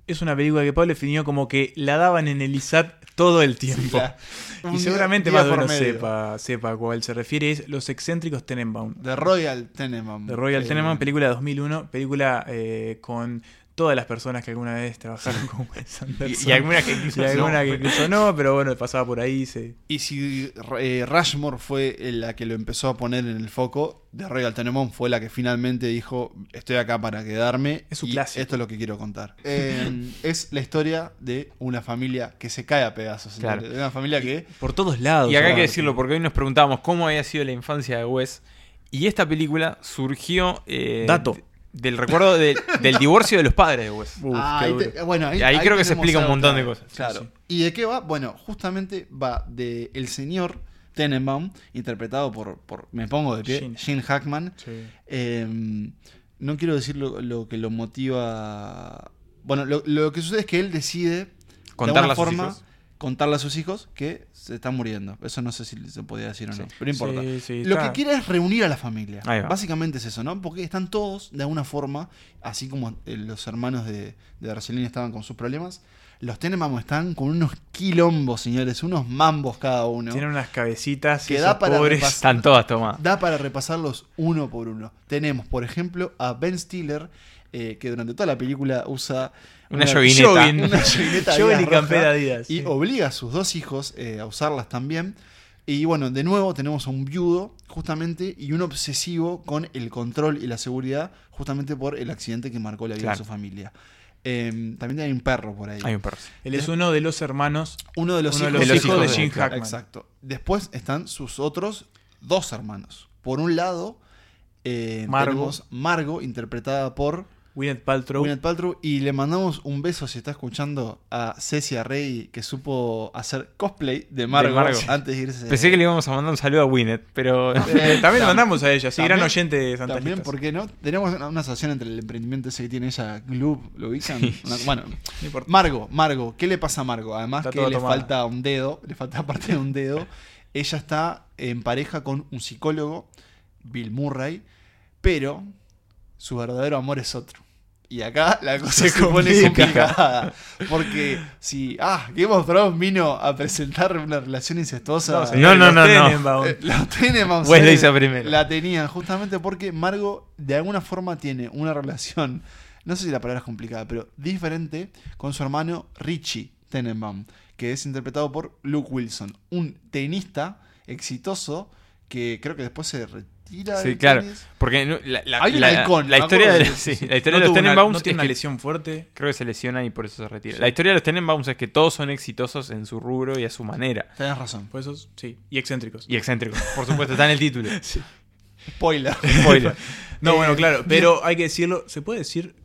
es una película que Pablo definió como que la daban en el ISAT todo el tiempo. la- un y día- seguramente día más de por uno medio. sepa, sepa a cuál se refiere. Es Los excéntricos Tenenbaum. The Royal Tenenbaum. De Royal Eh, Tenenbaum, película de 2001. Película eh, con todas las personas que alguna vez trabajaron con Wes Anderson. Y, y alguna que *laughs* incluso Y alguna no. que incluso no, pero bueno, pasaba por ahí. Se... Y si eh, Rushmore fue la que lo empezó a poner en el foco, The Royal Tenenbaum fue la que finalmente dijo, estoy acá para quedarme. Es su y clásico. Esto es lo que quiero contar. *laughs* Eh, es la historia de una familia que se cae a pedazos. Claro. ¿entendés? De una familia que... Por todos lados. Y acá hay que aparte. decirlo, porque hoy nos preguntábamos cómo había sido la infancia de Wes. Y esta película surgió. eh, Dato. de- Del recuerdo de- del divorcio de los padres de Wes. *laughs* Uf, Ah, qué ahí duro. te- bueno, Y ahí creo que se tenemos explica un algo, montón de claro. cosas. Sí, Claro. sí. ¿Y de qué va? Bueno, justamente va de el señor Tenenbaum, interpretado por, por me pongo de pie, Gene. Gene, Hackman. Sí. Eh, no quiero decir lo, lo que lo motiva. Bueno, lo, lo que sucede es que él decide Contarle de alguna a sus forma hijos. contarle a sus hijos que se están muriendo. Eso no sé si se podía decir o no, pero no importa. Sí, sí, Lo está. que quiere es reunir a la familia. Ahí va. Básicamente es eso, ¿no? Porque están todos de alguna forma, así como eh, los hermanos de, de Arcelino estaban con sus problemas, los Tenenbaum están con unos quilombos, señores, unos mambos cada uno. Tienen unas cabecitas. Que esos da para pobres. *laughs* repasar. Están todas tomadas. Da para repasarlos uno por uno. Tenemos, por ejemplo, a Ben Stiller, eh, que durante toda la película usa Una joguineta. jogging- *laughs* una joguineta Jogging Adidas y campera roja, Adidas, Y sí. obliga a sus dos hijos eh, a usarlas también. Y bueno, de nuevo tenemos a un viudo, justamente, y un obsesivo con el control y la seguridad, justamente por el accidente que marcó la vida Claro. de su familia. Eh, también hay un perro por ahí. Hay un perro. sí. Él es uno de los hermanos Uno de los Uno de hijos los hijos de Gene Hackman. Exacto. Después están sus otros dos hermanos. Por un lado, eh, Margo. tenemos Margo, interpretada por Gwyneth Paltrow. Gwyneth Paltrow, y le mandamos un beso si está escuchando a Cecia Rey, que supo hacer cosplay de Margo, Margo. antes de irse. Pensé que le íbamos a mandar un saludo a Winnet, *laughs* pero. Eh, también lo mandamos a ella, sí, gran También- oyente de Santa También, Listas. ¿por qué no? Tenemos una, una asociación entre el emprendimiento ese que tiene ella, Gloop, ¿lo ubican? Una- bueno, No *laughs* importa. Margo, Margo, ¿qué le pasa a Margo? Además Está que toda le tomada. falta un dedo, le falta *laughs* parte de un dedo. Ella está en pareja con un psicólogo, Bill Murray, pero su verdadero amor es otro. Y acá la cosa se, pone complicada. Porque si, ah, Game of Thrones vino a presentar una relación incestuosa. No, señor, no, los no, no. Tenenbaum. Eh, La tenemos. Wes la hizo primero. La tenían, justamente porque Margo de alguna forma tiene una relación, no sé si la palabra es complicada, pero diferente con su hermano Richie Tenenbaum, que es interpretado por Luke Wilson, un tenista exitoso que creo que después se retira. Sí, del claro. tenis. Porque no- la, la- Hay un la- halcón, la me historia de, acuerdo los- de eso, *laughs* sí, sí. la historia no de los tuvo una, no Tenenbaums tiene es una que- lesión fuerte. creo que se lesiona y por eso se retira. La historia de los Tenenbaums es que todos son exitosos en su rubro y a su manera. Tenés razón. Por eso, pues sí. Y excéntricos. Y excéntricos. Por supuesto, está en el título. Spoiler. Spoiler. No, Eh, bueno, claro. Pero hay que decirlo. ¿Se puede decir?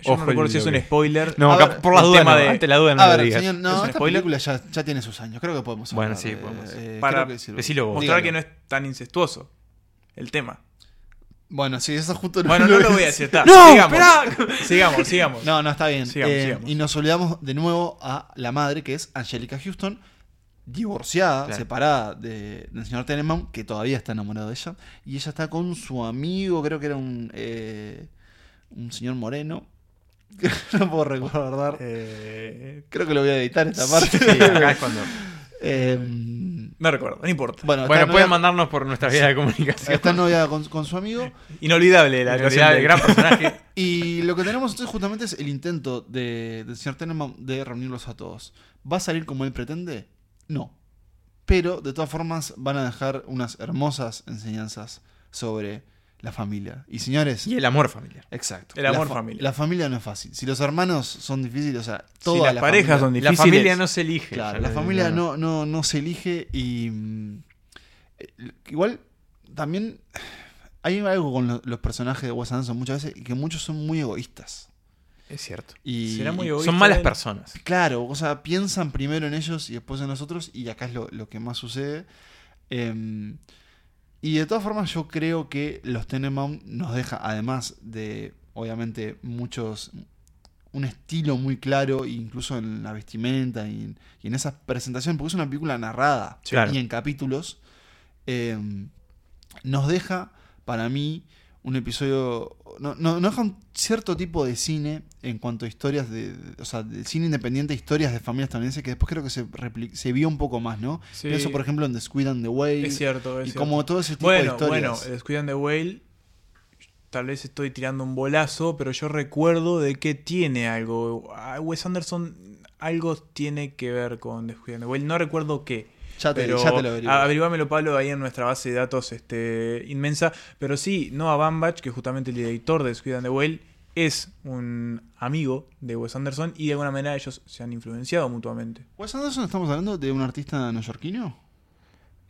Yo Ojo no recuerdo el si es lobby. un spoiler. No, A cap- ver, por la el duda, tema no, de- ante la duda no A lo ver, digas. señor, ¿Es no, un esta spoiler? película ya, ya tiene sus años. Creo que podemos Bueno, hablar sí, de- eh, podemos. Para- creo que sí. decilo vos. Mostrar Dígalo. que no es tan incestuoso el *laughs* tema. Bueno, sí, eso justo Bueno, no lo voy a decir. Está. ¡No! Sigamos. Sigamos, sigamos. No, no, está bien. Sigamos, Eh, sigamos. Y nos olvidamos de nuevo a la madre, que es Angélica Houston, divorciada, Claro. separada de- del señor Tenenbaum, que todavía está enamorado de ella. Y ella está con su amigo, creo que era un, eh, un señor moreno. *laughs* no puedo recordar. Eh, Creo que lo voy a *laughs* editar esta parte. Sí, acá es cuando- Eh, no recuerdo, no importa. bueno, Bueno, está pueden novia- mandarnos por nuestra vía *laughs* de comunicación. está novia con- con su amigo. Inolvidable la La actuación realidad, de- *laughs* el gran personaje. Y lo que tenemos entonces justamente es el intento de, del señor Tenenbaum de reunirlos a todos. ¿Va a salir como él pretende? No. Pero de todas formas van a dejar unas hermosas enseñanzas sobre la familia. *laughs* Y señores, Y el amor familiar. exacto. El amor la familiar. La familia no es fácil. Si los hermanos son difíciles, o sea, Si todas las parejas son La difíciles. familia no se elige. Claro, ya la lo familia no, digo. no, no se elige y. mm, eh, Igual, también hay algo con lo- los personajes de Wes Anderson muchas veces que muchos son muy egoístas. Es cierto. Y, Será muy y- egoísta Son malas él. personas. Claro, o sea, piensan primero en ellos y después en nosotros, y acá es lo, lo que más sucede. Em, y de todas formas, yo creo que los Tenenbaum nos deja, además de, obviamente, muchos un estilo muy claro, incluso en la vestimenta y en, y en esa presentación, porque es una película narrada Sí. Claro. y en capítulos, eh, nos deja, para mí, un episodio. No, no- no deja un cierto tipo de cine en cuanto a historias de. O sea, del cine independiente, historias de familia estadounidense, que después creo que se, repli- se vio un poco más, ¿no? Sí. Pienso, por ejemplo, en The Squid and the Whale. Es cierto, es y cierto. como todo ese tipo de Bueno, bueno, historias. Descuidan de Whale. Tal vez estoy tirando un bolazo, pero yo recuerdo de que tiene algo. Ah, Wes Anderson algo tiene que ver con Descuidan de Whale. No recuerdo qué. ya, te, eh, pero ya te lo averiguo. averiguámelo, Pablo, ahí en nuestra base de datos este, inmensa. Pero sí, Noah Bambach, que justamente el editor de Squid and the Whale, es un amigo de Wes Anderson y de alguna manera ellos se han influenciado mutuamente. ¿Wes Anderson estamos hablando de un artista neoyorquino?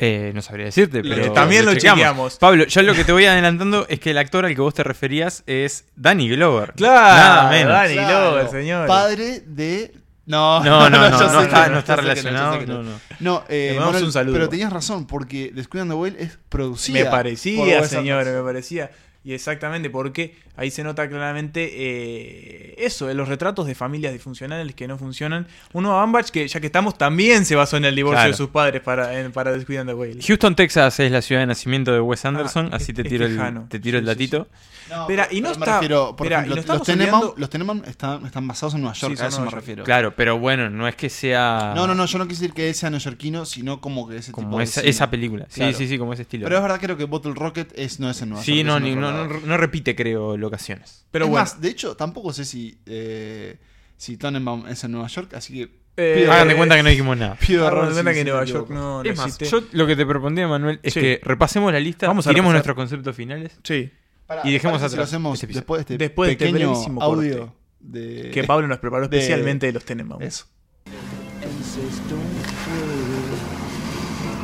Eh, no sabría decirte, Lo- pero. también lo chequeamos. Pablo, yo lo que te voy adelantando es que el actor al que vos te referías es Danny Glover. Nada menos. Danny Glover, señor. Padre de. No, *laughs* No, no, no, ya sé no, que está, ya no está sé que relacionado. ya sé que no, no. No, Le eh, mandamos Manuel, un saludo. Pero tenías razón, porque The Squid and the Whale es producida. Me por parecía, Wes señor, Anderson. me parecía. Y exactamente, porque ahí se nota claramente eh, eso, de los retratos de familias disfuncionales que no funcionan. Uno a Bambach, que ya que estamos, también se basó en el divorcio Claro. de sus padres para, en, para Descuidan de Whale. Houston, Texas es la ciudad de nacimiento de Wes Anderson, Ah, así es- te es tiro, tejano. el, te tiro el Sí, sí, sí. datito. No, Espera, pero- y no pero me está- refiero, por espera, y ejemplo, no los estamos Tenemon, olvidando- los Tenemon están, están basados en Nueva York, son a eso me Nueva York. refiero. Claro, pero bueno, no es que sea No, no, no, yo no quise decir que él sea neoyorquino, sino como que ese tipo como de esa, cine. esa película. Sí, Claro. sí, sí, como ese estilo. Pero es verdad, creo que Bottle Rocket es, no es en Nueva sí, York. no, es en ni- otro no, lado. no- no repite, creo, locaciones. Pero es bueno, más, de hecho, tampoco sé si, eh, si Tannenbaum es en Nueva York, así que eh, Pido- Hagan de cuenta que no dijimos nada. pido hagan de error cuenta si- si Ah, que me Nueva equivoco. York no, no Es más, existe. yo lo que te propondría, Manuel, es Sí. que repasemos la lista, Vamos a tiremos repasar. nuestros conceptos finales. Sí, Pará, Y dejemos parece que atrás lo hacemos este episodio. después de este Después de este pequeño brevísimo corte. audio de que Pablo nos preparó *laughs* de- especialmente de los Tenemos. eso.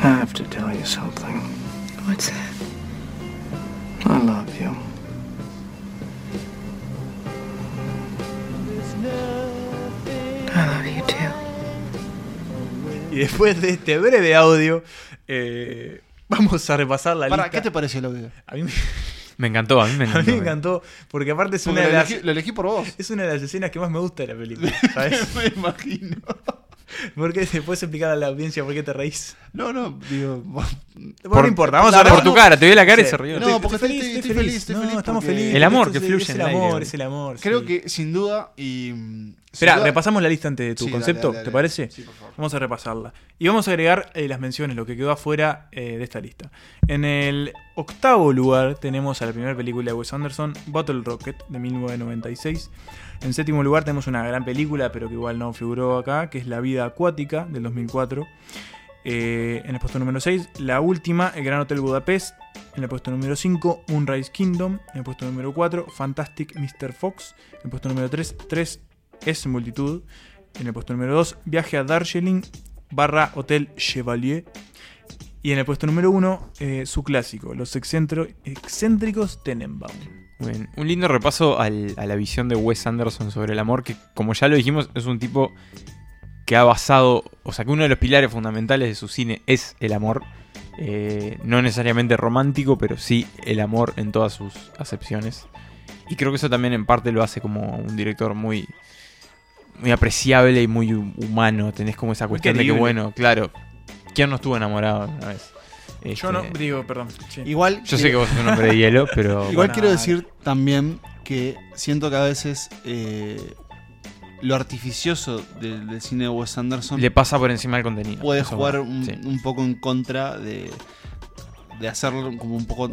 I have to tell you something. What's that? I love you. I love you too. Y después de este breve audio, eh, vamos a repasar la Pará, lista. ¿qué te pareció el audio? A mí, *laughs* me- Me encantó, a mí me a encantó. ¿eh? mí me encantó, porque aparte es Porque una, lo, de las, elegí, lo elegí por vos. es una de las escenas que más me gusta de la *laughs* película, ¿sabes? Me imagino. Porque te puedes explicar a la audiencia por qué te reís. No, no, digo. *laughs* Bueno, no importa, vamos la a verdad hablar Por no- tu cara, te vi la cara y Sí. se rió. No, porque estoy- estoy- estoy feliz, estoy no, feliz estamos porque- felies. El amor porque que es- fluye es en el el aire, amor, boludo. es el amor. Creo sí. que sin duda y. mm, sin Espera, duda- repasamos la lista antes de tu Sí, dale, concepto, ¿te dale, dale. parece? Sí, por favor. Vamos a repasarla. Y vamos a agregar eh, las menciones, lo que quedó afuera eh, de esta lista. En el octavo lugar tenemos a la primera película de Wes Anderson, Battle Rocket, de 1996. En séptimo lugar tenemos una gran película, pero que igual no figuró acá, que es La vida acuática, del 2004. Eh, en el puesto número 6, la última, El Gran Hotel Budapest. En el puesto número 5, Moonrise Kingdom. En el puesto número 4, Fantastic Mr. Fox. En el puesto número 3, 3 es multitud. En el puesto número 2, Viaje a Darjeeling barra Hotel Chevalier. Y en el puesto número 1, su clásico, Los excentro- excéntricos Tenenbaum. Muy bien. Un lindo repaso al- a la visión de Wes Anderson sobre el amor, que como ya lo dijimos, es un tipo que ha basado, o sea, que uno de los pilares fundamentales de su cine es el amor. Eh, no necesariamente romántico, pero sí el amor en todas sus acepciones. Y creo que eso también en parte lo hace como un director muy, muy apreciable y muy hu- humano. Tenés como esa cuestión de que, querible. bueno, claro, ¿quién no estuvo enamorado una vez? Este, Yo no, digo, perdón. sí. Igual. yo sé que vos sos un hombre de hielo, *laughs* pero... Igual Bueno, quiero dale. decir también que siento que a veces eh, lo artificioso del, del cine de Wes Anderson le pasa por encima del contenido. Ah. puede Eso jugar va, un, sí. un poco en contra de, de hacerlo como un poco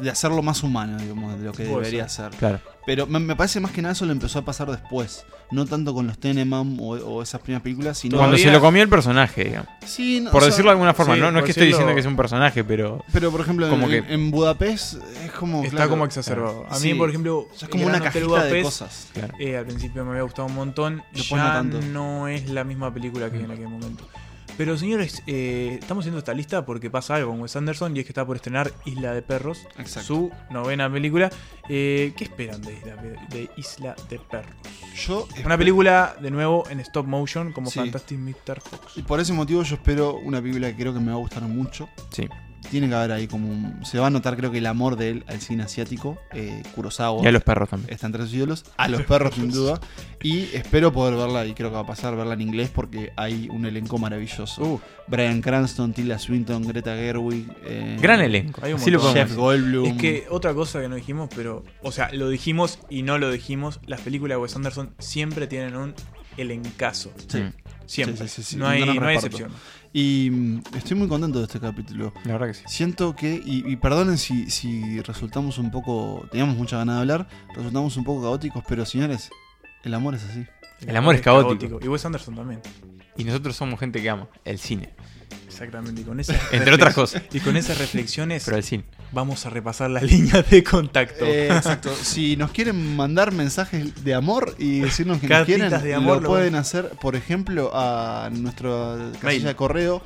de hacerlo más humano, digamos, de lo que Puede debería ser. Claro. Pero me, me parece más que nada eso lo empezó a pasar después, no tanto con los Tenemam o, o esas primeras películas, sino Cuando Todavía- se lo comió el personaje, digamos. Sí, no, Por o sea, decirlo de alguna forma, sí, no, no es por que estoy diciendo decirlo- que es un personaje, pero. Pero por ejemplo, Como en, que- en Budapest es como Está claro, como exacerbado. A mí, Sí. por ejemplo, ya es el como Gran una Hotel cajita de este Budapest, cosas. Claro. eh, al principio me había gustado un montón. Después ya no no, tanto. es la misma película que vi en aquel momento. Pero señores, eh, estamos haciendo esta lista porque pasa algo con Wes Anderson y es que está por estrenar Isla de Perros, Exacto. su novena película. Eh, ¿Qué esperan de Isla de Isla de Perros? Yo Una película, de nuevo, en stop motion, como Sí. Fantastic Mr. Fox. Y por ese motivo yo espero una película que creo que me va a gustar mucho. Sí. Tiene que haber ahí como un- Se va a notar, creo que, el amor de él al cine asiático. Eh, Kurosawa. Y a los perros también. Está entre sus ídolos. A los perros, sin duda. Y espero poder verla, y creo que va a pasar, verla en inglés porque hay un elenco maravilloso. Uh, Brian Cranston, Tilda Swinton, Greta Gerwig. eh, gran elenco. Hay un Así lo montón. podemos Jeff decir. Goldblum. Es que otra cosa que no dijimos, pero. O sea, lo dijimos y no lo dijimos. Las películas de Wes Anderson siempre tienen un elencazo. Sí. Mm, Siempre. Sí, sí, sí, sí. No hay, Un gran no hay reparto. excepción. Y mm, estoy muy contento de este capítulo. La verdad que sí. Siento que, y, y perdonen si, si resultamos un poco, teníamos mucha ganas de hablar, resultamos un poco caóticos, pero señores, el amor es así. El amor es caótico. Y Wes Anderson también. Y nosotros somos gente que ama *laughs* el cine. Exactamente. Y con esas *laughs* Entre otras cosas. Y con esas reflexiones Pero el cine. vamos a repasar las *laughs* líneas de contacto. Eh, exacto. si nos quieren mandar mensajes de amor y decirnos que nos Cartitas quieren, de amor, lo lo pueden bueno. hacer, por ejemplo, a nuestra Mail. casilla de correo,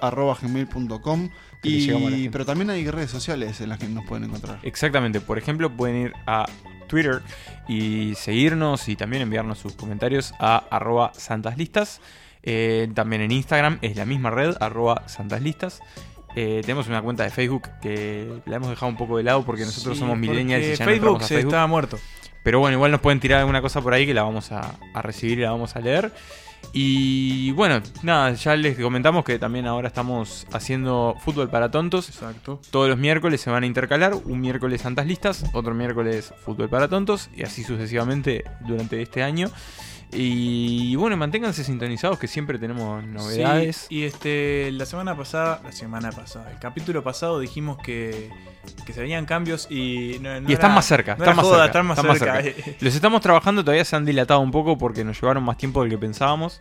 santaslistaspodcast.gmail.com Que le llegamos a la y, gente. pero también hay redes sociales en las que nos pueden encontrar. Exactamente. Por ejemplo, pueden ir a Twitter y seguirnos y también enviarnos sus comentarios a arroba santaslistas. Eh, también en Instagram es la misma red, arroba santaslistas. Eh, tenemos una cuenta de Facebook que la hemos dejado un poco de lado porque nosotros Sí, somos porque millennials y ya no Facebook entramos a se Facebook. estaba muerto. Pero bueno, igual nos pueden tirar alguna cosa por ahí que la vamos a, a recibir y la vamos a leer. Y bueno, nada, ya les comentamos que también ahora estamos haciendo fútbol para tontos. Exacto. Todos los miércoles se van a intercalar, un miércoles Santas Listas, otro miércoles Fútbol para Tontos y así sucesivamente durante este año. Y bueno, manténganse sintonizados que siempre tenemos novedades. Sí, y este, la semana pasada, la semana pasada, el capítulo pasado dijimos que, que se venían cambios y no, no Y están era- más cerca, no están era más joda, cerca, están más están más cerca. Los estamos trabajando, todavía se han dilatado un poco porque nos llevaron más tiempo del que pensábamos.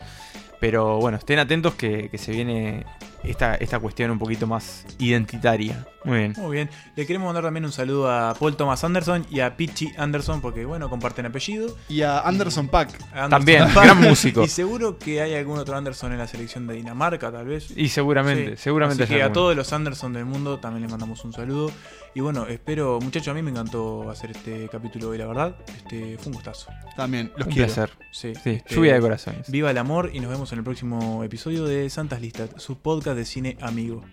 Pero bueno, estén atentos que, que se viene esta, esta cuestión un poquito más identitaria. Muy bien. *laughs* Muy bien. Le queremos mandar también un saludo a Paul Thomas Anderson y a Pichi Anderson porque bueno, comparten apellido. Y a Anderson Pack. Anderson También, Paak. gran *laughs* músico. Y seguro que hay algún otro Anderson en la selección de Dinamarca, tal vez. Y seguramente, Sí. seguramente. Así haya que a alguno. todos los Anderson del mundo también les mandamos un saludo. Y bueno, espero, muchachos, a mí me encantó hacer este capítulo hoy, la verdad. Este, fue un gustazo. También, los Un quiero. placer. Sí, Sí, este, lluvia de corazones. Viva el amor y nos vemos en el próximo episodio de Santas Listas, su podcast de cine amigo.